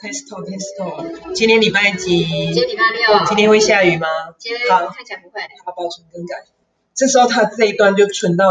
Hello，Hello，Testo，Testo，Testo，今天礼拜几？今天礼拜六，哦今天会下雨吗？今天好看起来不会。好，保存更改。这时候他这一段就存到